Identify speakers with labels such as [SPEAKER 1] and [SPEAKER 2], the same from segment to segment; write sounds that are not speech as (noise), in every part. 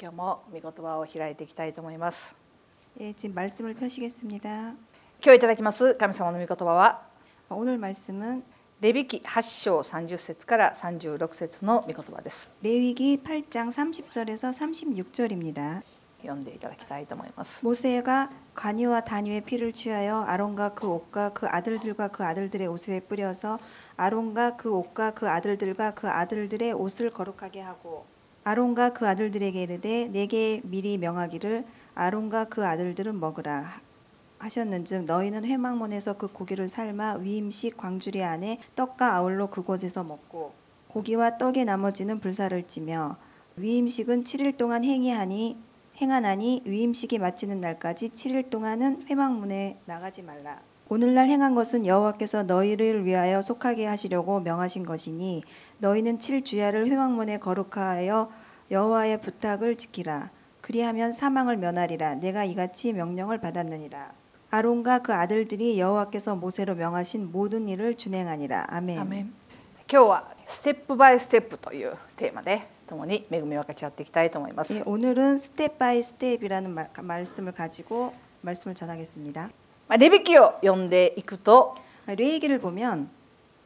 [SPEAKER 1] 今日も御言葉を開いていきたいと思います
[SPEAKER 2] 예, 지금 말씀을 펴시겠습니다.
[SPEAKER 1] 今日いただきます神様の御言葉は
[SPEAKER 2] 어, 오늘 말씀은
[SPEAKER 1] レビ記8章30節から36節の御言葉です
[SPEAKER 2] 레위기 8장 30절에서 36절입니다.
[SPEAKER 1] 読んでいただきたいと思います
[SPEAKER 2] 모세가 가니와 다니의 피를 취하여 아론과 그 옷과 그 아들들과 그 아들들의 옷에 뿌려서 아론과 그 옷과 그 아들들과 그 아들들의 옷을 거룩하게 하고 아론과 그 아들들에게 이르되 내게 미리 명하기를 아론과 그 아들들은 먹으라 하셨는즉 너희는 회막문에서 그 고기를 삶아 위임식 광주리 안에 떡과 아울러 그곳에서 먹고 고기와 떡의 나머지는 불사를 찌며 위임식은 7일 동안 행위하니 행하나니 위임식이 마치는 날까지 7일 동안은 회막문에 나가지 말라. 오늘날 행한 것은 여호와께서 너희를 위하여 속하게 하시려고 명하신 것이니 너희는 7주야를 회막문에 거룩하여 여호와의 부탁을 지키라. 그리하면 사망을 면하리라. 내가 이같이 명령을 받았느니라. 아론과 그 아들들이 여호와께서 모세로 명하신 모든 일을 준행하니라.
[SPEAKER 1] ア
[SPEAKER 2] 아멘.
[SPEAKER 1] メン今日はステップバイステップというテーマで共に恵みを分かち合っていきたいと思いま
[SPEAKER 2] 예,
[SPEAKER 1] す
[SPEAKER 2] 오늘은 스텝 바이 스텝이라는 말, 말씀을 가지고 말씀을 전하겠습니다.
[SPEAKER 1] まあレビ記を読んでいくと
[SPEAKER 2] 레이기를 보면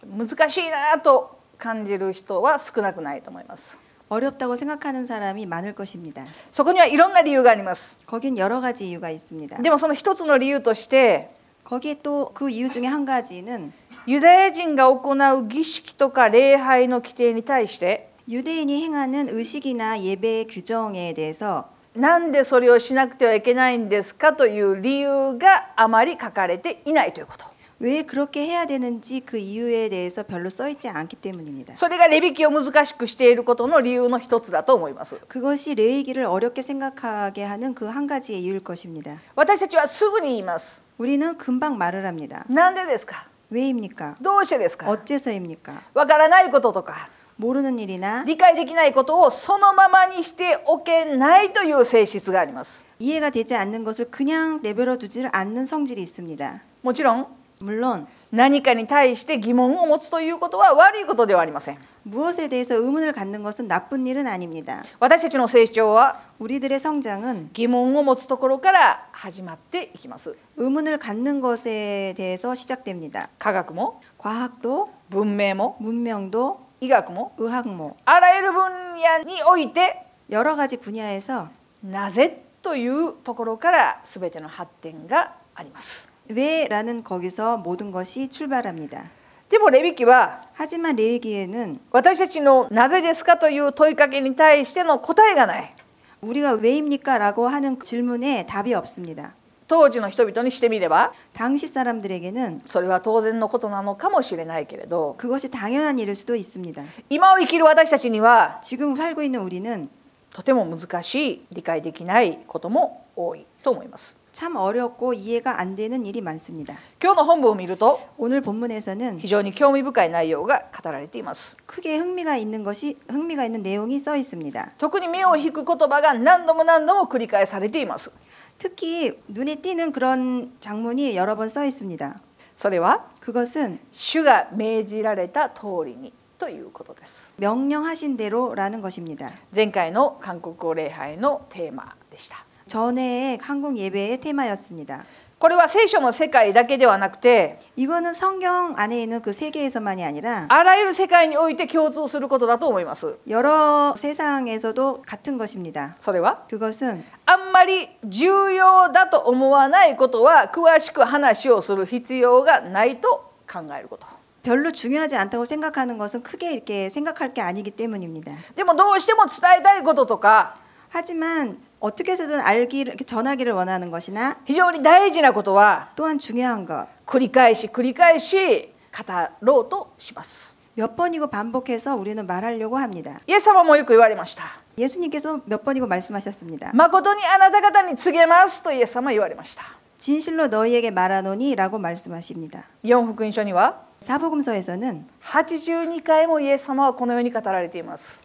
[SPEAKER 1] 難しいなと感じる人は少なくないと思います
[SPEAKER 2] 어렵다고 생각하는 사람이 많을 것입니다.
[SPEAKER 1] そこにはいろんな理由があります
[SPEAKER 2] 거긴 여러 가지 이유가 있습니다.
[SPEAKER 1] でもその一つの理由として
[SPEAKER 2] 거기에 또 그 이유 중에 한 가지는
[SPEAKER 1] ユダヤ人が行う儀式とか礼拝の規定に対して
[SPEAKER 2] 유대인이 행하는 의식이나 예배 규정에 대해서
[SPEAKER 1] なんでそれをしなくてはいけないんですかという理由があまり書かれていないということ
[SPEAKER 2] 왜 그렇게 해야 되는지 그 이유에 대해서 별로 써 있지 않기 때문입니다.
[SPEAKER 1] それがレビキを難しくしていることの理由の一つだと思います
[SPEAKER 2] 그것이 레이기를 어렵게 생각하게 하는 그 한 가지의 이유일 것입니다.
[SPEAKER 1] 私たちはすぐに言います
[SPEAKER 2] 우리는 금방 말을 합니다.
[SPEAKER 1] なんでですか
[SPEAKER 2] 왜입니까?
[SPEAKER 1] どうしてですか
[SPEAKER 2] 어째서입니까?
[SPEAKER 1] わからないこととか
[SPEAKER 2] 모르는 일이나
[SPEAKER 1] 理解できないことをそのままにしておけないという性質があります
[SPEAKER 2] 이해가 되지 않는 것을 그냥 내버려 두지를 않는 성질이 있습니다.
[SPEAKER 1] もちろん
[SPEAKER 2] 물론
[SPEAKER 1] 何かに対して疑問を持つということは悪いことではありません
[SPEAKER 2] 무엇에 대해서 의문을 갖는 것은 나쁜 일은 아닙니다.
[SPEAKER 1] 私たちの成長は
[SPEAKER 2] 우리들의 성장은
[SPEAKER 1] 疑問を持つところから始まっていきます
[SPEAKER 2] 의문을 갖는 것에 대해서 시작됩니다.
[SPEAKER 1] 科学も
[SPEAKER 2] 과학도
[SPEAKER 1] 文明も
[SPEAKER 2] 문명도
[SPEAKER 1] 医学も
[SPEAKER 2] 의학모
[SPEAKER 1] あらゆる分野において
[SPEAKER 2] 여러 가지 분야에서
[SPEAKER 1] なぜというところから全ての発展があります
[SPEAKER 2] 왜라는 거기서 모든 것이 출발합니다.
[SPEAKER 1] でもレビキは
[SPEAKER 2] 하지만 레위기에는
[SPEAKER 1] 私たちの「なぜですか?」という問いかけに対しての答えがない
[SPEAKER 2] 우리가 왜입니까라고 하는 그 질문에 답이 없습니다.
[SPEAKER 1] 当時の人々にしてみれば
[SPEAKER 2] 당시 사람들에게는
[SPEAKER 1] それは当然のことなのかもしれないけれど
[SPEAKER 2] 그것이 당연한 일일 수도 있습니다.
[SPEAKER 1] 今を生きる私たちには
[SPEAKER 2] 지금 살고 있는 우리는
[SPEAKER 1] とても難しい理解できないことも多いと思います
[SPEAKER 2] 참 어렵고 이해가 안 되는 일이 많습니다.
[SPEAKER 1] 今日の本文を見ると
[SPEAKER 2] 오늘 본문에서는
[SPEAKER 1] 非常に興味深い内容が語られています
[SPEAKER 2] 크게 흥미가 있는 것이 흥미가 있는 내용이 써 있습니다.
[SPEAKER 1] 特に目を引く言葉が何度も何度も繰り返されています
[SPEAKER 2] 특히 눈에 띄는 그런 장문이 여러 번 써 있습니다.
[SPEAKER 1] それは
[SPEAKER 2] 그것은
[SPEAKER 1] 主が命じられた通りにということです
[SPEAKER 2] 명령하신 대로라는 것입니다.
[SPEAKER 1] 前回の韓国語礼拝のテーマでした
[SPEAKER 2] 전해의 한국 예배의 테마였습니다.
[SPEAKER 1] これは聖書の世界だけではなくて
[SPEAKER 2] 이거는 성경 안에 있는 그 세계에서만이 아니라
[SPEAKER 1] あらゆる世界において共通することだと思います
[SPEAKER 2] 여러 세상에서도 같은 것입니다.
[SPEAKER 1] それは
[SPEAKER 2] 그것은
[SPEAKER 1] あんまり重要だと思わないことは詳しく話をする必要がないと考えること
[SPEAKER 2] 별로 중요하지 않다고 생각하는 것은 크게 이렇게 생각할 게 아니기 때문입니다.
[SPEAKER 1] でもどうしても伝えたいこととか
[SPEAKER 2] 하지만 어떻게 해서든 알기를 이렇게 전하기를 원하는 것이나
[SPEAKER 1] 非常に大事なことは
[SPEAKER 2] 또한 중요한
[SPEAKER 1] 繰り返し繰り返し語ろうとします
[SPEAKER 2] 것 몇 번이고 반복해서 우리는 말하려고 합니다.
[SPEAKER 1] イエス様もよく言われました
[SPEAKER 2] 예수님께서 몇 번이고 말씀하셨습니다.
[SPEAKER 1] 誠にあなた方に告げますとイエス様は言われました
[SPEAKER 2] 진실로 너희에게 말하노니라고 말씀하십니다.
[SPEAKER 1] イオン福音書には
[SPEAKER 2] 사복음서에서는
[SPEAKER 1] 82回もイエス様はこのように語られています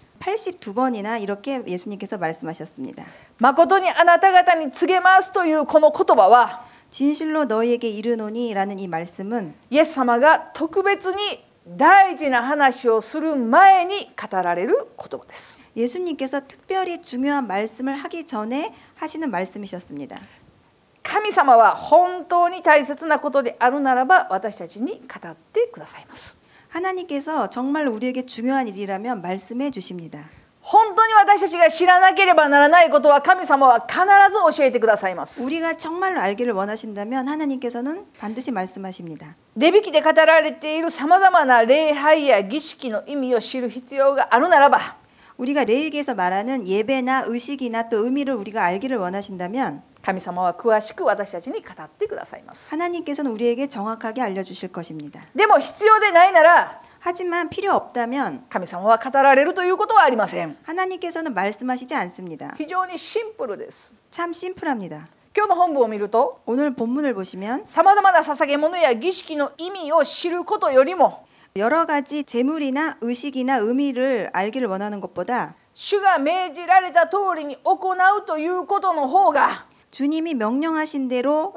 [SPEAKER 2] 82번이나 이렇게 예수님께서 말씀하셨습니다.
[SPEAKER 1] 誠にあなた方に告げますというこの言葉は
[SPEAKER 2] 진실로 너희에게 이르노니라는 이 말씀은
[SPEAKER 1] イエス様が特別に大事な話をする前に語られる言葉です。
[SPEAKER 2] 예수님께서 특별히 중요한 말씀을 하기 전에 하시는 말씀이셨습니다.
[SPEAKER 1] 神様は本当に大切なことであるならば私たちに語ってくださいます。
[SPEAKER 2] 하나님께서 정말 우리에게 중요한 일이라면 말씀해 주십니다.
[SPEAKER 1] 本当に私たちが知らなければならないことは神様は必ず教えてくださいます。
[SPEAKER 2] 우리가 정말로 알기를 원하신다면 하나님께서는 반드시 말씀하십니다.
[SPEAKER 1] レビキで語られているさまざまな礼拝や儀式の意味を知る必要があるならば
[SPEAKER 2] 우리가 레위기에서 말하는 예배나 의식이나 또 의미를 우리가 알기를 원하신다면
[SPEAKER 1] 神様は詳しく私たちに語ってくださいます。
[SPEAKER 2] 하나님께서는 우리에게 정확하게 알려 주실 것입니다.
[SPEAKER 1] でも必要でないなら
[SPEAKER 2] 하지만 필요 없다면
[SPEAKER 1] 神様は語られるということはありません。
[SPEAKER 2] 하나님께서는 말씀하시지 않습니다.
[SPEAKER 1] 非常にシンプルです。
[SPEAKER 2] 참 심플합니다.
[SPEAKER 1] 今日の本文を見ると
[SPEAKER 2] 오늘 본문을 보시면
[SPEAKER 1] さまざまな捧げ物や儀式の意味を知ることよりも
[SPEAKER 2] 여러 가지 재물이나 의식이나 의미를 알기를 원하는 것보다
[SPEAKER 1] 主が命じられた通りに行うということの方が
[SPEAKER 2] 주님이 명령하신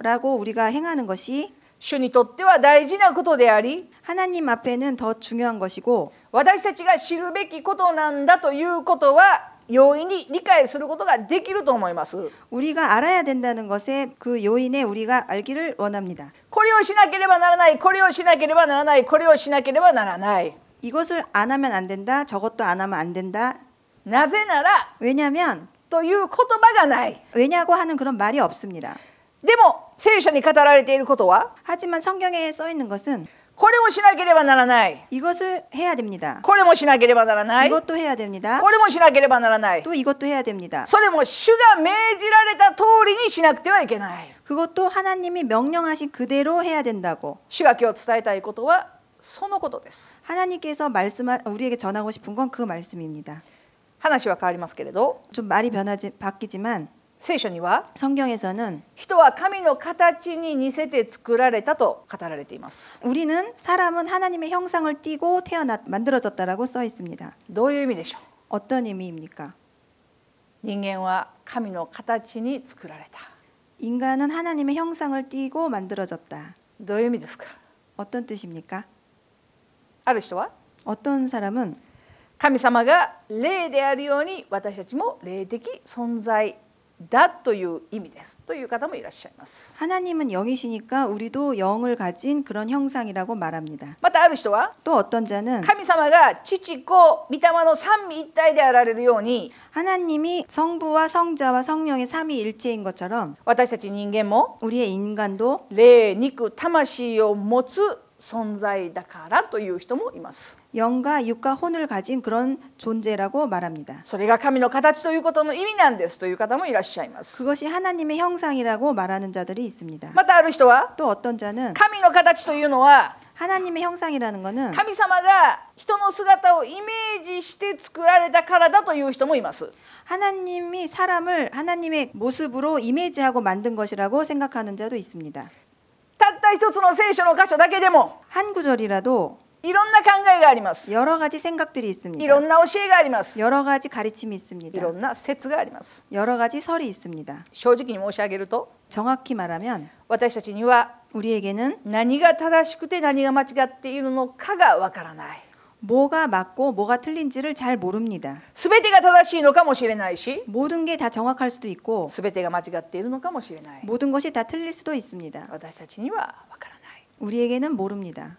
[SPEAKER 2] 대로라고 우리가 행하는 것이
[SPEAKER 1] 主にとっては大事なことであり
[SPEAKER 2] 하나님 앞에는 더 중요한 것이고
[SPEAKER 1] 私たちが知るべきことなんだということは容易に理解することができると思います。
[SPEAKER 2] 우리가 알아야 된다는 것에 그 요인에 우리가 알기를 원합니다.
[SPEAKER 1] これをしなければならない、これをしなければならない、これをしなければならない。
[SPEAKER 2] 이것을 안 하면 안 된다. 저것도 안 하면 안 된다.
[SPEAKER 1] なぜなら
[SPEAKER 2] 왜냐면
[SPEAKER 1] という言葉がない。
[SPEAKER 2] 왜냐고 하는 그런 말이 없습니다.
[SPEAKER 1] でも聖書に語られていることは
[SPEAKER 2] 하지만 성경에 써 있는 것은
[SPEAKER 1] これもしなければならない。
[SPEAKER 2] 이것을 해야 됩니다.
[SPEAKER 1] これもしなければならない。
[SPEAKER 2] 이것도 해야 됩니다.
[SPEAKER 1] これもしなければならない。
[SPEAKER 2] 또 이것도 해야 됩니다.
[SPEAKER 1] それも主が命じられた通りにしなくてはいけない。
[SPEAKER 2] 그것도 하나님이 명령하신 그대로 해야 된다고.
[SPEAKER 1] 主が今日伝えたいことはそのことです。
[SPEAKER 2] 하나님께서 말씀 우리에게 전하고 싶은 건 그 말씀입니다.
[SPEAKER 1] 話は変わりますけれど、
[SPEAKER 2] 좀 말이 변하지 바뀌지만
[SPEAKER 1] 聖書には
[SPEAKER 2] 성경에서는
[SPEAKER 1] 人は神の形に似せて作られたと語られています。
[SPEAKER 2] 우리는 사람은 하나님의 형상을 띠고 태어나 만들어졌다라고 써 있습니다.
[SPEAKER 1] どういう意味でしょう
[SPEAKER 2] 어떤 의미입니까?
[SPEAKER 1] 人間は神の形に作られた。
[SPEAKER 2] 인간은 하나님의 형상을 띠고 만들어졌다.
[SPEAKER 1] どういう意味ですか
[SPEAKER 2] 어떤 뜻입니까?
[SPEAKER 1] ある人は
[SPEAKER 2] 어떤 사람은
[SPEAKER 1] 神様が霊であるように私たちも霊的存在だという意味ですという方もいらっしゃいます。
[SPEAKER 2] 하나님은 영이시니까 우리도 영을 가진 그런 형상이라고 말합니다.
[SPEAKER 1] またある人は
[SPEAKER 2] 또 어떤 자는
[SPEAKER 1] 神様が父子御霊の三位一体であられるように
[SPEAKER 2] 하나님이 성부와 성자와 성령의 삼위일체인 것처럼
[SPEAKER 1] 私たち人間も
[SPEAKER 2] 우리의 인간도
[SPEAKER 1] 霊肉魂を持つ存在だからという人もいます。
[SPEAKER 2] 영과 육과 혼을 가진 그런 존재라고 말합니다.
[SPEAKER 1] それが神の形ということの意味なんですという方もいらっしゃいます。
[SPEAKER 2] 그것이 하나님의 형상이라고 말하는 자들이 있습니다.
[SPEAKER 1] またある人は
[SPEAKER 2] 또 어떤 자는
[SPEAKER 1] 神の形というのは
[SPEAKER 2] 하나님의 형상이라는 것은
[SPEAKER 1] 神様が人の姿をイメージして作られたからだという人もいます。
[SPEAKER 2] 하나님이 사람을 하나님의 모습으로 이미지하고 만든 것이라고 생각하는 자도 있습니다.
[SPEAKER 1] たった一つの聖書の箇所だけでも
[SPEAKER 2] 한 구절이라도
[SPEAKER 1] いろんな考えがあります。
[SPEAKER 2] 여러 가지 생각들이
[SPEAKER 1] いろ
[SPEAKER 2] 있습니다.
[SPEAKER 1] んな教えがあります。
[SPEAKER 2] 여러 가지
[SPEAKER 1] い
[SPEAKER 2] 가르침이 있습니다.
[SPEAKER 1] ろんな説があります。
[SPEAKER 2] 여러 가지 설이 있습니다.
[SPEAKER 1] 正直に申し上げると
[SPEAKER 2] 정확히 말하면
[SPEAKER 1] 私たちには
[SPEAKER 2] 우리에게는
[SPEAKER 1] 何が正しくて何が間違っているのかがわからない
[SPEAKER 2] 뭐가 맞고 뭐가 틀린지를 잘 모릅니다.
[SPEAKER 1] 全てが正しいのかもしれないし
[SPEAKER 2] 모든 게 다 정확할 수도 있고
[SPEAKER 1] 全てが間違っているのかもしれない
[SPEAKER 2] 모든 것이 다 틀릴 수도 있습니다.
[SPEAKER 1] 私たちにはわからない
[SPEAKER 2] 우리에게는 모릅니다.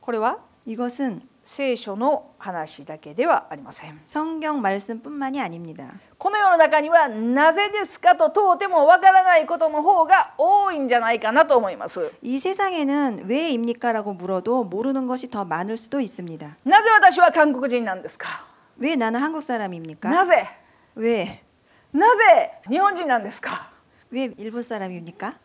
[SPEAKER 1] これは
[SPEAKER 2] 이것은
[SPEAKER 1] 聖書の話だけではありません
[SPEAKER 2] 성경 말씀뿐만이 아닙니다.
[SPEAKER 1] この世の中にはなぜですかと問うてもわからないことの方が多いんじゃないかなと思います
[SPEAKER 2] 이 세상에는 왜입니까라고 물어도 모르는 것이 더 많을 수도 있습니다.
[SPEAKER 1] なぜ私は韓国人なんですか
[SPEAKER 2] 왜 나는 한국 사람입니까?
[SPEAKER 1] なぜ
[SPEAKER 2] 왜?
[SPEAKER 1] なぜ日本人なんですか
[SPEAKER 2] 왜 일본 사람입니까?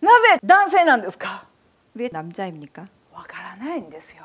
[SPEAKER 1] なぜ男性なんですか
[SPEAKER 2] 왜 남자입니까?
[SPEAKER 1] わからないんですよ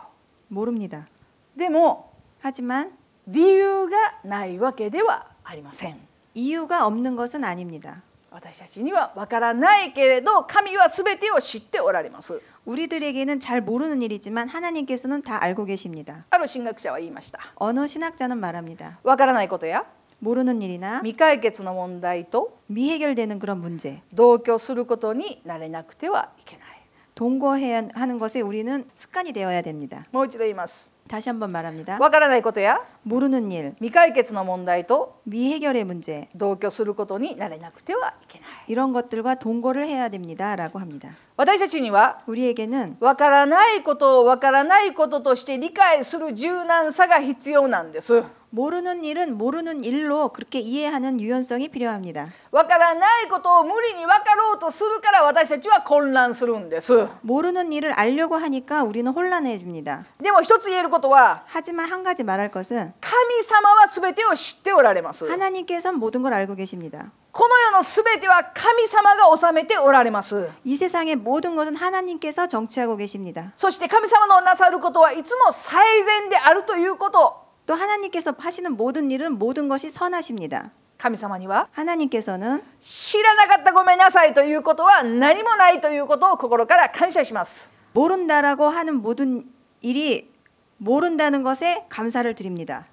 [SPEAKER 2] 모릅니다.
[SPEAKER 1] でも
[SPEAKER 2] 하지만
[SPEAKER 1] 理由がないわけではありません
[SPEAKER 2] 이유가 없는 것은 아닙니다.
[SPEAKER 1] 私たちにはわからないけれど神は全てを知っておられます
[SPEAKER 2] 우리들에게는 잘 모르는 일이지만 하나님께서는 다 알고 계십니다.
[SPEAKER 1] ある神学者は言いました
[SPEAKER 2] 어느 신학자는 말합니다.
[SPEAKER 1] わからないことや
[SPEAKER 2] 모르는 일이나
[SPEAKER 1] 未解決の問題と
[SPEAKER 2] 미해결되는 그런 문제,
[SPEAKER 1] 同居することになれなくてはいけない
[SPEAKER 2] 동거하는 것에 우리는 습관이 되어야 됩니다.
[SPEAKER 1] もう一度言います。
[SPEAKER 2] 다시 한번 말합니다.
[SPEAKER 1] わからないことや
[SPEAKER 2] 모르는 일,
[SPEAKER 1] 未解決の問題と
[SPEAKER 2] 미해결의 문제
[SPEAKER 1] 同居することになれなくてはいけない。
[SPEAKER 2] 이런 것들과 동거를 해야 됩니다라고 합니다.
[SPEAKER 1] 私たちには
[SPEAKER 2] 우리에게는
[SPEAKER 1] わからないことをわからないこととして理解する柔軟さが必要なんです。
[SPEAKER 2] 모르는 일은 모르는 일로 그렇게 이해하는 유연성이 필요합니다.
[SPEAKER 1] わからないことを無理に分かろうとするから私たちは混乱するんです。
[SPEAKER 2] 모르는 일을 알려고 하니까 우리는 혼란해집니다.
[SPEAKER 1] でも一つ言えることは
[SPEAKER 2] 하지만 한 가지 말할 것은
[SPEAKER 1] 神様は全てを知っておられます。
[SPEAKER 2] 하나님께서는 모든 걸 알고 계십니다.
[SPEAKER 1] この世の全ては神様が治めておられます。
[SPEAKER 2] 이 세상의 모든 것은 하나님께서 정치하고 계십니다.
[SPEAKER 1] そして神様のなさることはいつも最善であるということ。
[SPEAKER 2] 또 하나님께서 하시는 모든 일은 모든 것이 선하십니다.
[SPEAKER 1] 神様には
[SPEAKER 2] 하나님께서는
[SPEAKER 1] 知らなかったごめんなさいということは何もないということを心から感謝します。
[SPEAKER 2] 모른다라고 하는 모든 일이 모른다는 것에 감사를 드립니다.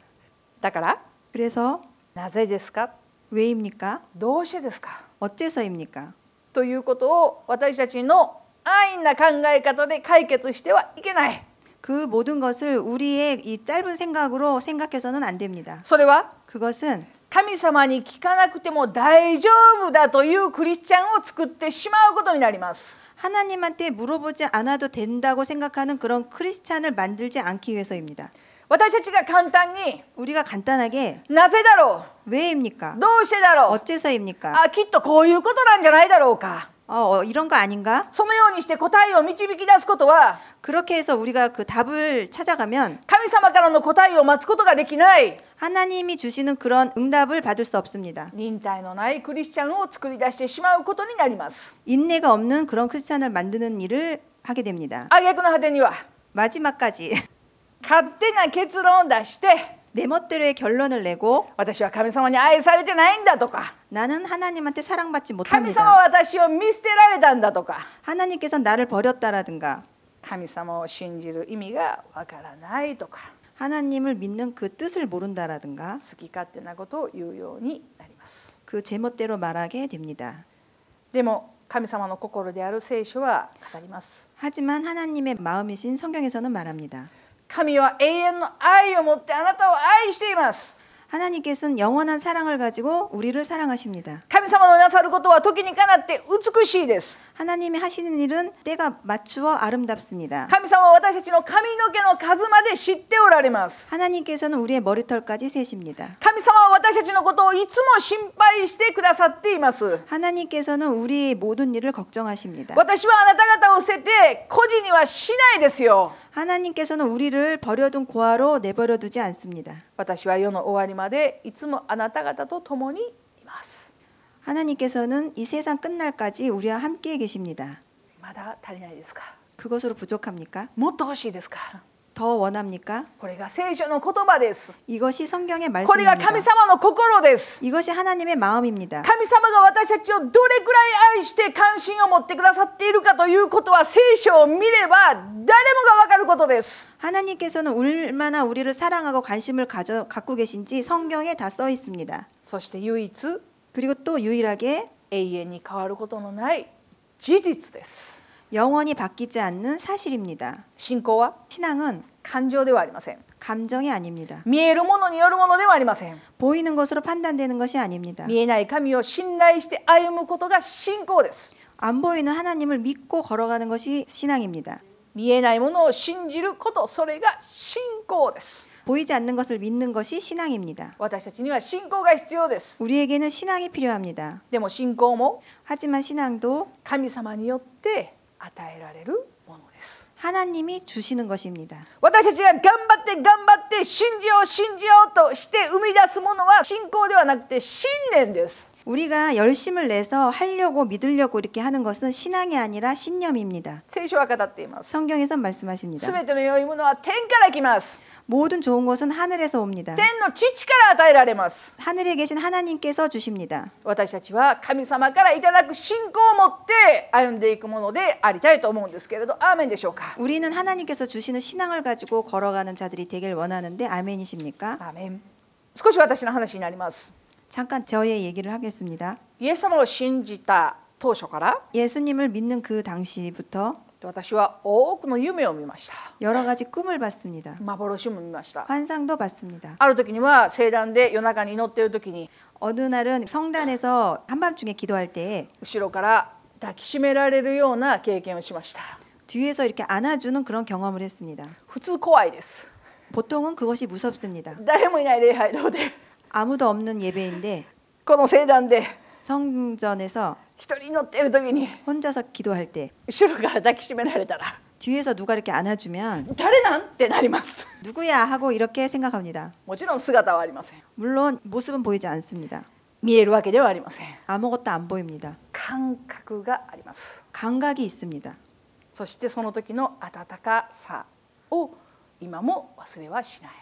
[SPEAKER 1] だから
[SPEAKER 2] 그래서
[SPEAKER 1] なぜですか
[SPEAKER 2] 왜입니까?
[SPEAKER 1] どうしてですか
[SPEAKER 2] 어째서입니까?
[SPEAKER 1] ということを私たちの安易な考え方で解決してはいけない。
[SPEAKER 2] 그 모든 것을 우리의 이 짧은 생각으로 생각해서는 안 됩니다.
[SPEAKER 1] それは
[SPEAKER 2] 그것은
[SPEAKER 1] 神様に聞かなくても大丈夫だというクリスチャンを作ってしまうことになります。
[SPEAKER 2] 하나님한테 물어보지 않아도 된다고 생각하는 그런 크리스찬을 만들지 않기 위해서입니다.
[SPEAKER 1] 私たちが簡単に
[SPEAKER 2] 우리가 간단하게
[SPEAKER 1] なぜだろ
[SPEAKER 2] 왜입니까?
[SPEAKER 1] うどうしてだろう
[SPEAKER 2] 어째서입니까?
[SPEAKER 1] あきっとこういうことなんじゃないだろうか
[SPEAKER 2] 어, 어, 이런 거 아닌가?
[SPEAKER 1] そのようにして答えを導き出すことは
[SPEAKER 2] 그렇게 해서 우리가 그 답을 찾아가면
[SPEAKER 1] 神様からの答えを待つことができない
[SPEAKER 2] 하나님이 주시는 그런 응답을 받을 수 없습니다.
[SPEAKER 1] 忍耐のないクリスチャンを作り出してしまうことになります
[SPEAKER 2] 인내가 없는 그런 크리스찬을 만드는 일을 하게 됩니다.
[SPEAKER 1] 挙句の果てには
[SPEAKER 2] 마지막까지 (laughs)
[SPEAKER 1] 勝手な結論を出して
[SPEAKER 2] 내 멋대로의 결론을 내고
[SPEAKER 1] 私は神様に愛されてないんだとか
[SPEAKER 2] 나는 하나님한테 사랑받지
[SPEAKER 1] 神様は
[SPEAKER 2] 못합니다.
[SPEAKER 1] 私を見捨てられたんだとか
[SPEAKER 2] 하나님께서 나를 버렸다라든가
[SPEAKER 1] 神様を信じる意味がわからないとか
[SPEAKER 2] 하나님을 믿는 그 뜻을 모른다라든가
[SPEAKER 1] 好き勝手なことを言うようになります
[SPEAKER 2] 그 제멋대로 말하게 됩니다.
[SPEAKER 1] でも神様の心である聖書は語ります
[SPEAKER 2] 하지만 하나님의 마음이신 성경에서는 말합니다.
[SPEAKER 1] 神は永遠の愛を持ってあなたを愛しています
[SPEAKER 2] 하나님께서는 영원한 사랑을 가지고 우리를 사랑하십니다.
[SPEAKER 1] 神様のなさることは時にかなって美しいです
[SPEAKER 2] 하나님이 하시는 일은 때가 맞추어 아름답습니다.
[SPEAKER 1] 神様は私たちの髪の毛の数まで知っておられます
[SPEAKER 2] 하나님께서는 우리의 머리털까지 세십니다.
[SPEAKER 1] 神様は私たちのことをいつも心配してくださっています
[SPEAKER 2] 하나님께서는 우리의 모든 일을 걱정하십니다.
[SPEAKER 1] 私はあなた方を捨てて孤児にはしないですよ
[SPEAKER 2] 하나님께서는 우리를 버려둔 고아로 내버려 두지 않습니다.
[SPEAKER 1] 私は世の終わりまでいつもあなた方と共にいます
[SPEAKER 2] 하나님께서는 이 세상 끝날까지 우리와 함께 계십니다.
[SPEAKER 1] まだ足りないですか
[SPEAKER 2] 그것으로 부족합니까?
[SPEAKER 1] もっと欲しいですか
[SPEAKER 2] 더 원합니까?
[SPEAKER 1] これが聖書の言葉です
[SPEAKER 2] 이것이 성경의
[SPEAKER 1] これが神
[SPEAKER 2] 말씀입니다.
[SPEAKER 1] 様の心です
[SPEAKER 2] 이것이 하나님의 마음입니다.
[SPEAKER 1] 神様が私たちをどれくらい愛して関心を持ってくださっているかということは聖書を見れば誰もがわかることです
[SPEAKER 2] 하나님께서는 얼마나 우리를 사랑하고 관심을 가져 갖고 계신지 성경에 다 써 있습니다.
[SPEAKER 1] そして唯一
[SPEAKER 2] 그리고 또 유일하게
[SPEAKER 1] 永遠に変わることのない事実です
[SPEAKER 2] 영원히 바뀌지 않는 사실입니다.
[SPEAKER 1] 信仰は
[SPEAKER 2] 신앙은
[SPEAKER 1] 感情ではありません
[SPEAKER 2] 감정이 아닙니다.
[SPEAKER 1] 見えるものによるものではありません
[SPEAKER 2] 보이는 것으로 판단되는 것이 아닙니다.
[SPEAKER 1] 見えない神を信頼して歩むことが信仰です
[SPEAKER 2] 안 보이는 하나님을 믿고 걸어가는 것이 신앙입니다.
[SPEAKER 1] 見えないものを信じることそれが信仰です
[SPEAKER 2] 보이지 않는 것을 믿는 것이 신앙입니다.
[SPEAKER 1] 私たちには信仰が必要です
[SPEAKER 2] 우리에게는 신앙이 필요합니다.
[SPEAKER 1] でも信仰も
[SPEAKER 2] 하지만 신앙도
[SPEAKER 1] 神様によって与えられるものです
[SPEAKER 2] 하나님이 주시는 것입니다.
[SPEAKER 1] 私たちが頑張って頑張って信じよう信じようとして生み出すものは信仰ではなくて信念です
[SPEAKER 2] 우리가 열심을 내서 하려고 믿으려고 이렇게 하는 것은 신앙이 아니라 신념입니다.
[SPEAKER 1] 聖書は語っています
[SPEAKER 2] 성경에선
[SPEAKER 1] す
[SPEAKER 2] 말씀하십니다.
[SPEAKER 1] べての良いものは天から来ます
[SPEAKER 2] 모든 좋은 것은 하늘에서 옵니다.
[SPEAKER 1] 天の父から与えられます
[SPEAKER 2] 하늘에 계신 하나님께서 주십니다.
[SPEAKER 1] 私たちは神様からいただく信仰を持って歩んでいくものでありたいと思うんですけれどアーメンでしょうか
[SPEAKER 2] 우리는 하나님께서 주시는 신앙을 가지고 걸어가는 자들이 되길 원하는데 아멘이십니까?
[SPEAKER 1] アーメン少し私の話になります
[SPEAKER 2] 잠깐 저의 얘기를 하겠습니다.
[SPEAKER 1] イエス様を信じた当初から
[SPEAKER 2] 예수님을 믿는 그 당시부터
[SPEAKER 1] 私は多くの夢を見ました
[SPEAKER 2] 여러 가지 꿈을 봤습니다.
[SPEAKER 1] 幻も見ました
[SPEAKER 2] 환상도 봤습니다.
[SPEAKER 1] ある時には聖壇で夜中に祈っている時に
[SPEAKER 2] 어느 날은 성단에서 한밤중에 기도할 때
[SPEAKER 1] 後ろから抱きしめられるような経験をしました
[SPEAKER 2] 뒤에서 이렇게 안아주는 그런 경험을 했습니다.
[SPEAKER 1] 普通怖いです
[SPEAKER 2] 보통은 그것이 무섭습니다.
[SPEAKER 1] 誰もいない礼拝堂で
[SPEAKER 2] 아무도 없는 예배인데
[SPEAKER 1] この聖壇で
[SPEAKER 2] 성전에서
[SPEAKER 1] 一人祈っている時に
[SPEAKER 2] 혼자서 기도할 때
[SPEAKER 1] 後ろから抱きしめられたら
[SPEAKER 2] 뒤에서 누가 이렇게 안아주면
[SPEAKER 1] 誰なんってなります
[SPEAKER 2] 누구야 하고 이렇게 생각합니다.
[SPEAKER 1] (laughs) もちろん姿はありません
[SPEAKER 2] 물론 모습은 보이지 않습니다.
[SPEAKER 1] 見えるわけではありません
[SPEAKER 2] 아무것도 안 보입니다.
[SPEAKER 1] 感覚があります
[SPEAKER 2] 감각이 있습니다.
[SPEAKER 1] そしてその時の温かさを今も忘れはしない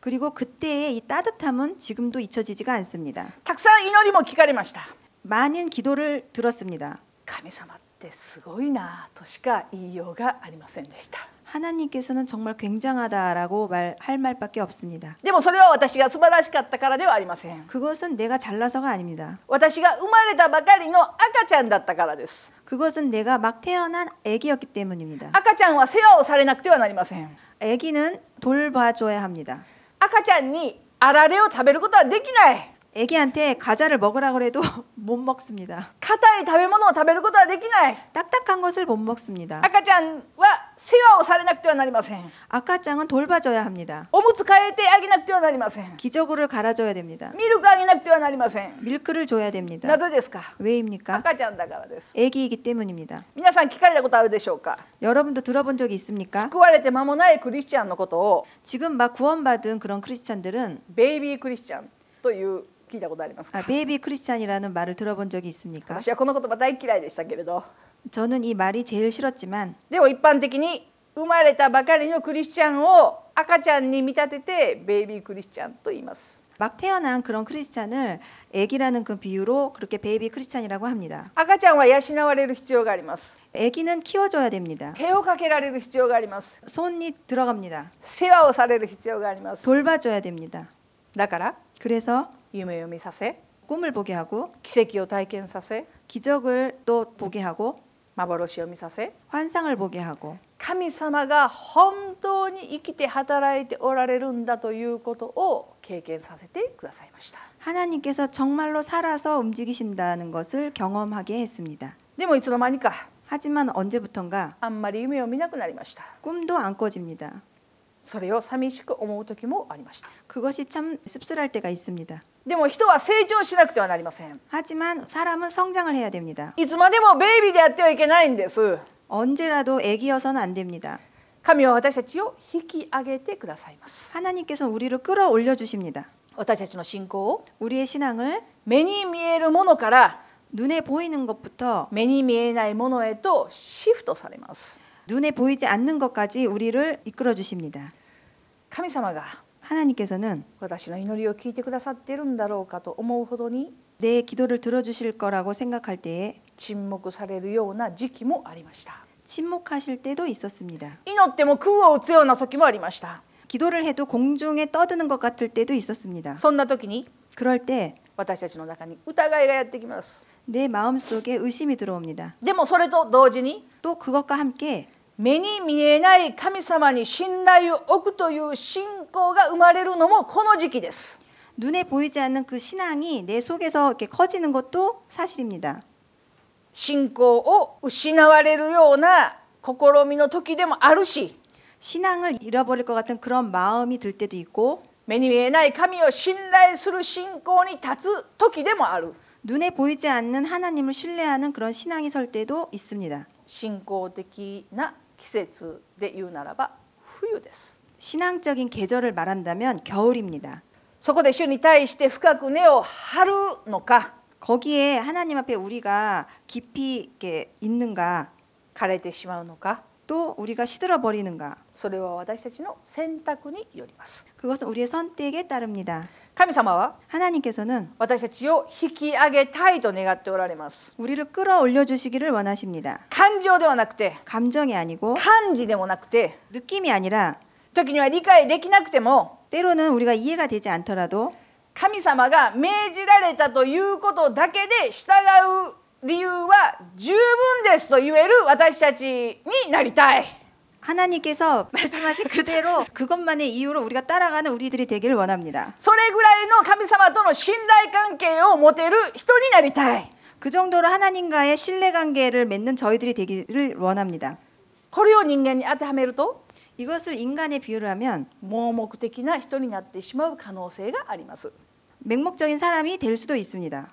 [SPEAKER 2] 그리고 그때의 이 따뜻함은 지금도 잊혀지지가 않습니다.
[SPEAKER 1] たくさん祈りも聞かれました
[SPEAKER 2] 많은 기도를 들었습니다.
[SPEAKER 1] 神様ってすごいなとしか言いようがありませんでした
[SPEAKER 2] 하나님께서는 정말 굉장하다라고 말할 말밖에 없습니다.
[SPEAKER 1] でもそれは私が素晴らしかったからではありません
[SPEAKER 2] 그것은 내가 잘나서가 아닙니다.
[SPEAKER 1] 私が生まれたばかりの赤ちゃんだったからです
[SPEAKER 2] 그것은 내가 막 태어난 아기였기 때문입니다.
[SPEAKER 1] 赤ちゃんは世話をされなくてはなりません
[SPEAKER 2] 아기는 돌봐줘야 합니다.
[SPEAKER 1] 赤ちゃんにあられを食べることはできない
[SPEAKER 2] 아기한테 과자를 먹으라고 해도 (laughs) 못 먹습니다.
[SPEAKER 1] 硬い食べ物を食べることはできない
[SPEAKER 2] 딱딱한 것을 못 먹습니다.
[SPEAKER 1] 赤ちゃんは世話をされなくてはなりません
[SPEAKER 2] 아까짱은 돌봐줘야 합니다.
[SPEAKER 1] おむつ替えてあげなくてはなりません
[SPEAKER 2] 기저귀를 갈아줘야 됩니다.
[SPEAKER 1] ミルクあげなくてはなりません
[SPEAKER 2] 밀크를 줘야
[SPEAKER 1] な
[SPEAKER 2] 됩니다.
[SPEAKER 1] ぜですか
[SPEAKER 2] 왜입니까?
[SPEAKER 1] 赤ちゃんだからです
[SPEAKER 2] 애기이기 때문입니다.
[SPEAKER 1] 皆さん聞かれたことあるでしょうか
[SPEAKER 2] 여러분도 들어본 적이 있습니까?
[SPEAKER 1] 救われて間もないクリスチャンのことを
[SPEAKER 2] 지금 막 구원받은 그런 크리스찬들은
[SPEAKER 1] ベイビークリスチャンという聞いたことありますか
[SPEAKER 2] 아, 베이비 크리스찬이라는 말을 들어본 적이 있습니까?
[SPEAKER 1] 私はこの言葉大嫌いでしたけれど
[SPEAKER 2] 저는 이 말이 제일 싫었지만
[SPEAKER 1] でも一般的に生まれたばかりのクリスチャンを赤ちゃんに見立ててベイビークリスチャンと言います
[SPEAKER 2] 막 태어난 그런 크리스찬을 애기라는 그 비유로 그렇게 베이비 크리스찬이라고 합니다.
[SPEAKER 1] 赤ちゃんは養われる必要があります
[SPEAKER 2] 애기는 키워줘야 됩니다.
[SPEAKER 1] 手をかけられる必要があります
[SPEAKER 2] 손이 들어갑니다.
[SPEAKER 1] 世話をされる必要があります
[SPEAKER 2] 돌봐줘야 됩니다.
[SPEAKER 1] だから
[SPEAKER 2] 그래서
[SPEAKER 1] 夢を見させ
[SPEAKER 2] 꿈을 보게 하고
[SPEAKER 1] 奇跡を体験させ
[SPEAKER 2] 기적을 또 보게 하고
[SPEAKER 1] 幻を見させ
[SPEAKER 2] 환상을 보게 하고
[SPEAKER 1] 神様が本当に生きて働いておられるんだということを経験させてくださいました
[SPEAKER 2] 하나님께서 정말로 살아서 움직이신다는 것을 경험하게 했습니다.
[SPEAKER 1] でもいつの間にか
[SPEAKER 2] 하지만 언제부턴가
[SPEAKER 1] あんまり夢を見なくなりました
[SPEAKER 2] 꿈도 안 꿔집니다.
[SPEAKER 1] それを寂しく思う時もありました
[SPEAKER 2] 그것이 참 씁쓸할 때가 있습니다.
[SPEAKER 1] でも人は成長しなくてはなりません
[SPEAKER 2] 하지만 사람은 성장을 해야 됩니다.
[SPEAKER 1] いつまでもベイビーであってはいけないんです
[SPEAKER 2] 언제라도 애기여서는 안 됩니다.
[SPEAKER 1] 神は私たちを引き上げてくださいます
[SPEAKER 2] 하나님께서 우리를 끌어올려 주십니다.
[SPEAKER 1] 私たちの信仰を
[SPEAKER 2] 우리의 신앙을
[SPEAKER 1] 目に見えるものから
[SPEAKER 2] 눈에 보이는 것부터
[SPEAKER 1] 目に見えないものへとシフトされます
[SPEAKER 2] 눈에 보이지 않는 것까지 우리를 이끌어 주십니다.
[SPEAKER 1] 神様が
[SPEAKER 2] 하나님께서는
[SPEAKER 1] 私の祈りを聞いてくださっているんだろうかと思うほどに
[SPEAKER 2] 내 기도를 들어 주실 거라고 생각할 때에
[SPEAKER 1] 沈黙されるような時期もありました
[SPEAKER 2] 침묵하실 때도 있었습니다.
[SPEAKER 1] 祈っても空を打つような時もありました
[SPEAKER 2] 기도를 해도 공중에 떠드는 것 같을 때도 있었습니다.
[SPEAKER 1] そんな時に
[SPEAKER 2] 그럴 때 내
[SPEAKER 1] 私たちの中に疑いがやってきます。
[SPEAKER 2] 마음속에 의심이 들어옵니다.
[SPEAKER 1] でもそれと同時に
[SPEAKER 2] 또 그것과 함께
[SPEAKER 1] 目に見えない神様に信頼を置くという信仰が生まれるのもこの時期です。
[SPEAKER 2] 눈에 보이지 않는 그 신앙이 내 속에서 이렇게 커지는 것도 사실입니다.
[SPEAKER 1] 信仰を失われるような試みの時でもあるし
[SPEAKER 2] 신앙을 잃어버릴 것 같은 그런 마음이 들 때도 있고
[SPEAKER 1] 目に見えない神を信頼する信仰に立つ時でもある
[SPEAKER 2] 눈에 보이지 않는 하나님을 신뢰하는 그런 신앙이 설 때도 있습니다.
[SPEAKER 1] 信仰的な季節で言うならば冬です。
[SPEAKER 2] 신앙적인 계절을 말한다면 겨울입니다.
[SPEAKER 1] そこで主に対して深く根を張るのか
[SPEAKER 2] 거기에 하나님 앞에 우리가 깊이 이렇게 있는가
[SPEAKER 1] 枯れてしまうのか
[SPEAKER 2] 또 우리가 시들어 버리는가
[SPEAKER 1] それは私たちの選択によります
[SPEAKER 2] 그것은 우리의 선택에 따릅니다.
[SPEAKER 1] 神様は
[SPEAKER 2] 하나님께서는
[SPEAKER 1] 私たちを引き上げたいと願っておられます
[SPEAKER 2] 우리를 끌어올려 주시기를 원하십니다.
[SPEAKER 1] 感情ではなくて
[SPEAKER 2] 감정이 아니고
[SPEAKER 1] 感じでもなくて
[SPEAKER 2] 느낌이 아니라
[SPEAKER 1] 時には理解できなくても
[SPEAKER 2] 때로는 우리가 이해가 되지 않더라도
[SPEAKER 1] 神様が命じられたということだけで従う理由は十分ですと言える私たちになりたい
[SPEAKER 2] 하나님께서 말씀하신 그대로 그것만의 이유로 우리가 따라가는 우리들이 되기를 원합니다.
[SPEAKER 1] それぐらいの神様との信頼関係を持てる人になりたい
[SPEAKER 2] 그 정도로 하나님과의 신뢰 관계를 맺는 저희들이 되기를 원합니다.
[SPEAKER 1] これを人間に当てはめると
[SPEAKER 2] 이것을 인간에 비유를 하면
[SPEAKER 1] 盲目的な人になってしまう可能性があります。
[SPEAKER 2] 맹목적인 사람이 될 수도 있습니다.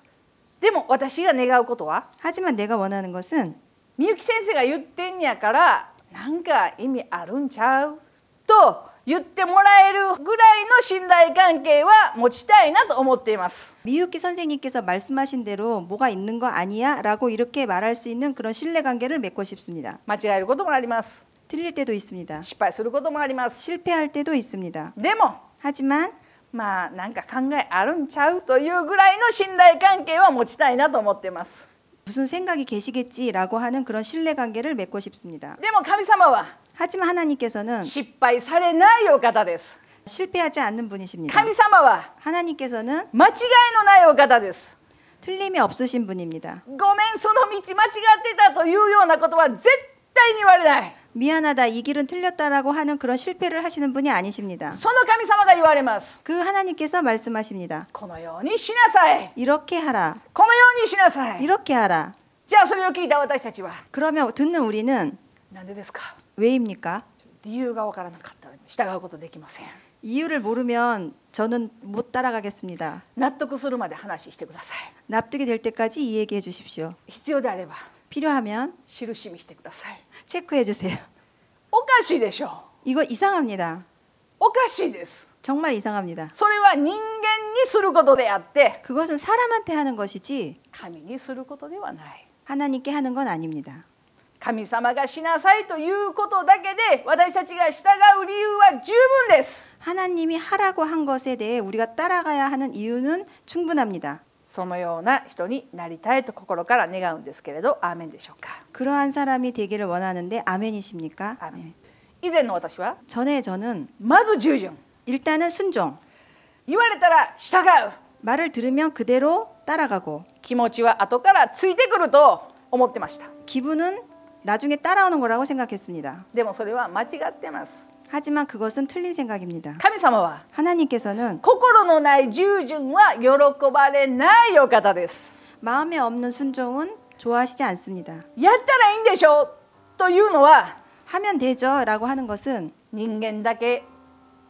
[SPEAKER 1] でも私が願うことは
[SPEAKER 2] 하지만 내가 원하는 것은
[SPEAKER 1] みゆき先生が言ってんやからなんか意味あるんちゃうと言ってもらえるぐらいの信頼関係は持ちたいなと思っています。
[SPEAKER 2] 미유키 선생님께서 말씀하신 대로 뭐가 있는 거 아니야? 라고 이렇게 말할 수 있는 그런 신뢰 관계를 맺고 싶습니다.
[SPEAKER 1] 間違えることもあります
[SPEAKER 2] 틀릴 때도 있습니다.
[SPEAKER 1] 失敗することもあります
[SPEAKER 2] 실패할 때도 있습니다.
[SPEAKER 1] でも
[SPEAKER 2] 하지만
[SPEAKER 1] まあなんか考えあるんちゃうというぐらいの信頼関係は持ちたいなと思ってます
[SPEAKER 2] 무슨 생각이 계시겠지라고 하는 그런 신뢰 관계를 맺고 싶습니다.
[SPEAKER 1] でも神様は
[SPEAKER 2] 하지만 하나님께서는
[SPEAKER 1] 失敗されないお方です
[SPEAKER 2] 실패하지 않는 분이십니다.
[SPEAKER 1] 神様は
[SPEAKER 2] 하나님께서는
[SPEAKER 1] 間違いのないお方です
[SPEAKER 2] 틀림이 없으신 분입니다.
[SPEAKER 1] ごめんその道間違ってたというようなことは絶対に言われない
[SPEAKER 2] 미안하다 이 길은 틀렸다라고 하는 그런 실패를 하시는 분이 아니십니다.
[SPEAKER 1] その神様が言われます
[SPEAKER 2] 그 하나님께서 말씀하십니다.
[SPEAKER 1] このようにしなさい
[SPEAKER 2] 이렇게 하라.
[SPEAKER 1] このようにしなさい
[SPEAKER 2] 이렇게 하라.
[SPEAKER 1] じゃあそれを聞いた私たちは
[SPEAKER 2] 그러면 듣는 우리는
[SPEAKER 1] なんでですか
[SPEAKER 2] 왜입니까?
[SPEAKER 1] 理由がわからなかったら従うことできません
[SPEAKER 2] 이유를 모르면 저는 못 따라가겠습니다.
[SPEAKER 1] 納得するまで話してください
[SPEAKER 2] 납득이 될 때까지 이 얘기해 주십시오.
[SPEAKER 1] 必要であれば
[SPEAKER 2] 필요하면
[SPEAKER 1] 印にしてください
[SPEAKER 2] 체크해 주세요.
[SPEAKER 1] おかしいでしょう
[SPEAKER 2] 이거 이상합니다.
[SPEAKER 1] おかしいです
[SPEAKER 2] 정말 이상합니다.
[SPEAKER 1] それは人間にすることであって
[SPEAKER 2] 그것은 사람한테 하는 것이지
[SPEAKER 1] 神にすることではない
[SPEAKER 2] 하나님께 하는 건 아닙니다.
[SPEAKER 1] 神様がしなさいということだけで私たちが従う理由は十分です
[SPEAKER 2] 하나님이 하라고 한 것에 대해 우리가 따라가야 하는 이유는 충분합니다.
[SPEAKER 1] そのような人になりたいと心から願うんですけれどアーメンでしょうか
[SPEAKER 2] 그러한 사람이 되기를 원하는데 아멘이십니까?
[SPEAKER 1] アーメン以前の私は
[SPEAKER 2] 전에 저는
[SPEAKER 1] まず従順
[SPEAKER 2] 일단은 순종.
[SPEAKER 1] 言われたら従う
[SPEAKER 2] 말을 들으면 그대로 따라가고
[SPEAKER 1] 気持ちは後からついてくると思ってました
[SPEAKER 2] 기분은 나중에 따라오는 거라고 생각했습니다.
[SPEAKER 1] でもそれは間違ってます
[SPEAKER 2] 하지만 그것은 틀린 생각입니다.
[SPEAKER 1] 神様は
[SPEAKER 2] 하나님께서는
[SPEAKER 1] 心のない従順は喜ばれないお方です
[SPEAKER 2] 마음에 없는 순종은 좋아하시지 않습니다.
[SPEAKER 1] やったらいいんでしょというのは
[SPEAKER 2] 하면 되죠라고 하는 것은
[SPEAKER 1] 人間だけ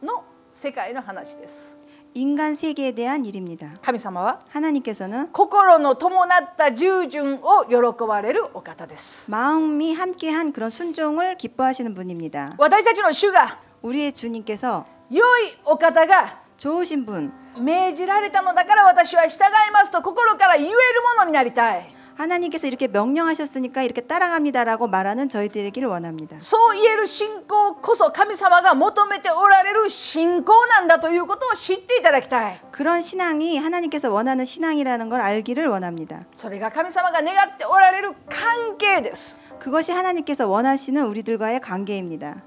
[SPEAKER 1] の世界の話です
[SPEAKER 2] 인간 세계에 대한 일입니다.
[SPEAKER 1] 神様は
[SPEAKER 2] 하나님께서는
[SPEAKER 1] 心の伴った従順を喜ばれるお方です
[SPEAKER 2] 마음이 함께한 그런 순종을 기뻐하시는 분입니다.
[SPEAKER 1] 私たちの主が
[SPEAKER 2] 우리의 주님께서
[SPEAKER 1] 良いお方が
[SPEAKER 2] 좋으신 분,
[SPEAKER 1] 命じられたのだから私は従いますと心から言えるものになりたい
[SPEAKER 2] 하나님께서 이렇게 명령하셨으니까 이렇게 따라갑니다라고 말하는 저희들이기를 원합니다.
[SPEAKER 1] そう言える信仰こそ神様が求めておられる信仰なんだということを知っていただきたい
[SPEAKER 2] 그런 신앙이 하나님께서 원하는 신앙이라는 걸 알기를 원합니다.
[SPEAKER 1] それが神様が願っておられる関係です
[SPEAKER 2] 그것이 하나님께서 원하시는 우리들과의 관계입니다.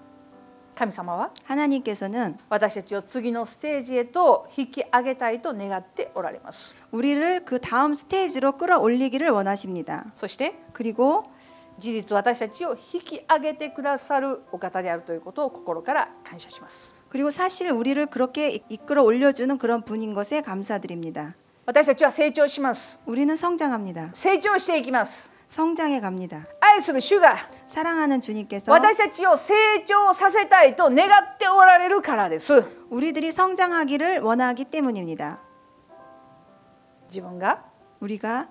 [SPEAKER 1] 神様は
[SPEAKER 2] 하나님께서는
[SPEAKER 1] 私たちを次のステージへと引き上げたいと願っておられます
[SPEAKER 2] 우리를 그 다음 스테이지로 끌어올리기를 원하십니다.
[SPEAKER 1] そして
[SPEAKER 2] 그리고
[SPEAKER 1] 事実私たちを引き上げてくださるお方であるということを心から感謝します
[SPEAKER 2] 그리고 사실 우리를 그렇게 이- 이끌어 올려주는 그런 분인 것에 감사드립니다.
[SPEAKER 1] 私たちは成長します
[SPEAKER 2] 우리는 성장합니다.
[SPEAKER 1] 成長していきます
[SPEAKER 2] 성장해 갑니다.
[SPEAKER 1] 愛する主が
[SPEAKER 2] 사랑하는 주님께서
[SPEAKER 1] 私たちを成長させたいと願っておられるからです
[SPEAKER 2] 우리들이 성장하기를 원하기 때문입니다.
[SPEAKER 1] 自分が
[SPEAKER 2] 우리가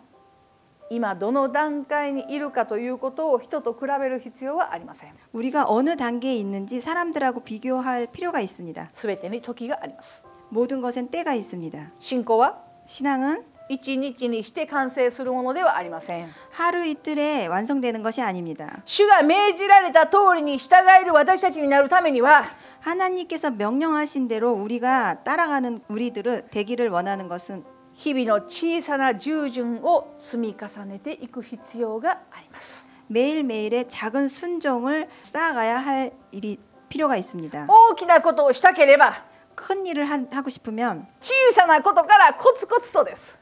[SPEAKER 1] 今どの段階にいるかということを人と比べる必要はありません
[SPEAKER 2] 우리가 어느 단계에 있는지 사람들하고 비교할 필요가 있습니다.
[SPEAKER 1] 全てに時があります
[SPEAKER 2] 모든 것엔 때가 있습니다.
[SPEAKER 1] 信仰は
[SPEAKER 2] 신앙은
[SPEAKER 1] 一日にして完成するものではありません
[SPEAKER 2] 하루 이틀에 완성되는 것이 아닙니다.
[SPEAKER 1] 主が命じられた通りに従える私たちになるためには
[SPEAKER 2] 하나님께서 명령하신 대로 우리가 따라가는 우리들을 되기를 원하는 것은
[SPEAKER 1] 日々の小さな従順を積み重ねていく必要があります
[SPEAKER 2] 매일매일의 작은 순종을 쌓아가야 할 일이 필요가 있습니다.
[SPEAKER 1] 大きなことをしたければ
[SPEAKER 2] 큰 일을 한- 하고 싶으면
[SPEAKER 1] 小さなことからコツコツとです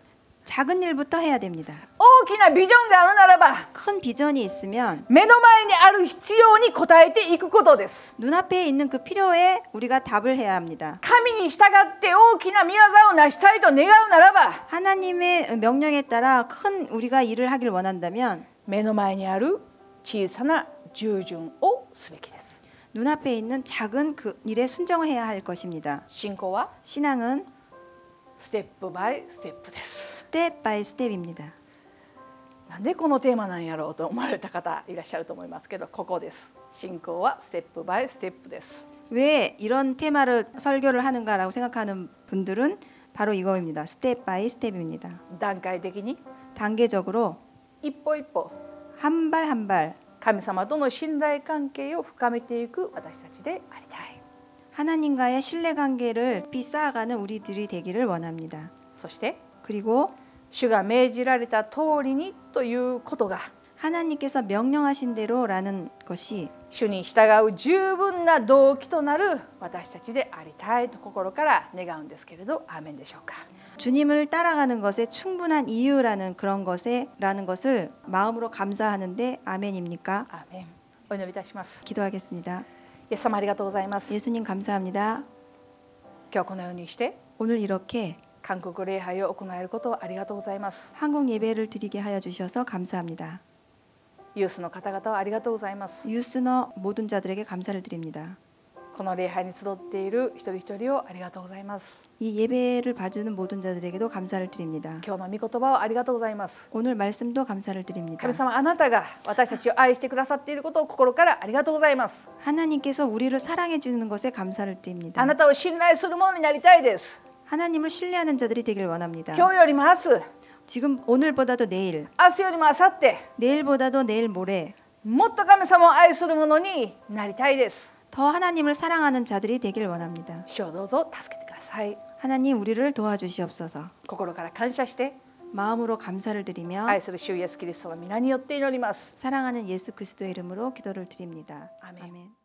[SPEAKER 2] 작은 일부터 해야 됩니다.
[SPEAKER 1] 大きなビジョンがあるならば
[SPEAKER 2] 큰 비전이 있으면
[SPEAKER 1] 目の前にある必要に応えていくことです
[SPEAKER 2] 눈앞에 있는 그 필요에 우리가 답을 해야 합니다.
[SPEAKER 1] 神に従って大きな御業を成したいと願うならば
[SPEAKER 2] 하나님의 명령에 따라 큰 우리가 일을 하길 원한다면
[SPEAKER 1] 目の前にある小さな従順をすべきです
[SPEAKER 2] 눈앞에 있는 작은 그 일에 순정을 해야 할 것입니다.
[SPEAKER 1] 信仰は
[SPEAKER 2] 신앙은
[SPEAKER 1] ステップバイステップです
[SPEAKER 2] 스텝 바이 스텝입니다.
[SPEAKER 1] なんでこのテーマなんやろうと思われた方いらっしゃると思いますけどここです信仰はステップバイステップです
[SPEAKER 2] 왜 이런 테마를 설교를 하는가라고 생각하는 분들은 바로 이거입니다. 스텝 바이 스텝입니다.
[SPEAKER 1] 段階的に
[SPEAKER 2] 단계적으로
[SPEAKER 1] 一歩一歩
[SPEAKER 2] 한 발 한 발
[SPEAKER 1] 神様との信頼関係を深めていく私たちでありたい
[SPEAKER 2] 하나님과의 신뢰 관계를 깊이 쌓아가는 우리들이 되기를 원합니다.
[SPEAKER 1] そして
[SPEAKER 2] 그리고
[SPEAKER 1] 主が命じられた通りにということが
[SPEAKER 2] 하나님께서 명령하신 대로라는 것이
[SPEAKER 1] 主に従う十分な動機となる私たちでありたいと心から願うんですけれどアーメンでしょうか
[SPEAKER 2] 주님을 따라가는 것에 충분한 이유라는 그런 것에 라는 것을 마음으로 감사하는데 아멘입니까?
[SPEAKER 1] アーメンお祈りいたします
[SPEAKER 2] 기도하겠습니다.
[SPEAKER 1] イエス様ありがとうございます
[SPEAKER 2] 예수님 감사합니다.
[SPEAKER 1] 今日このようにして
[SPEAKER 2] 오늘 이렇게
[SPEAKER 1] 韓国礼拝を行えることをありがとうございます
[SPEAKER 2] 한국 예배를 드리게 하여 주셔서 감사합니다.
[SPEAKER 1] ユースの方々をありがとうございます
[SPEAKER 2] 유스너 모든 자들에게 감사를 드립니다.
[SPEAKER 1] この礼拝に集っている一人一人をありがとうございます
[SPEAKER 2] 이 예배를 봐주는 모든 자들에게도 감사를 드립니다.
[SPEAKER 1] 今日の御言葉をありがとうございます
[SPEAKER 2] 오늘 말씀도 감사를 드립니다.
[SPEAKER 1] 神様あなたが私たちを愛してくださっていることを心からありがとうございます
[SPEAKER 2] 하나님께서 우리를 사랑해 주는 것에 감사를
[SPEAKER 1] あ
[SPEAKER 2] 드립니다.
[SPEAKER 1] なたを信頼するものになりたいです
[SPEAKER 2] 하나님을 신뢰하는 자들이 되길 원합니다.
[SPEAKER 1] 今日よりも明日
[SPEAKER 2] 지금 오늘보다도 내일,
[SPEAKER 1] 明日よりも明後日
[SPEAKER 2] 내일보다도 내일 모레
[SPEAKER 1] もっと神様を愛するものになりたいです
[SPEAKER 2] 더 하나님을 사랑하는 자들이 되길 원합니다.
[SPEAKER 1] 主をどうぞ助けてください
[SPEAKER 2] 하나님 우리를 도와주시옵소서.
[SPEAKER 1] 心から感謝して
[SPEAKER 2] 마음으로 감사를 드리며
[SPEAKER 1] 愛する主イエスキリストの皆によって祈ります
[SPEAKER 2] 사랑하는 예수 그리스도의 이름으로 기도를 드립니다.
[SPEAKER 1] 아멘.
[SPEAKER 2] 아멘.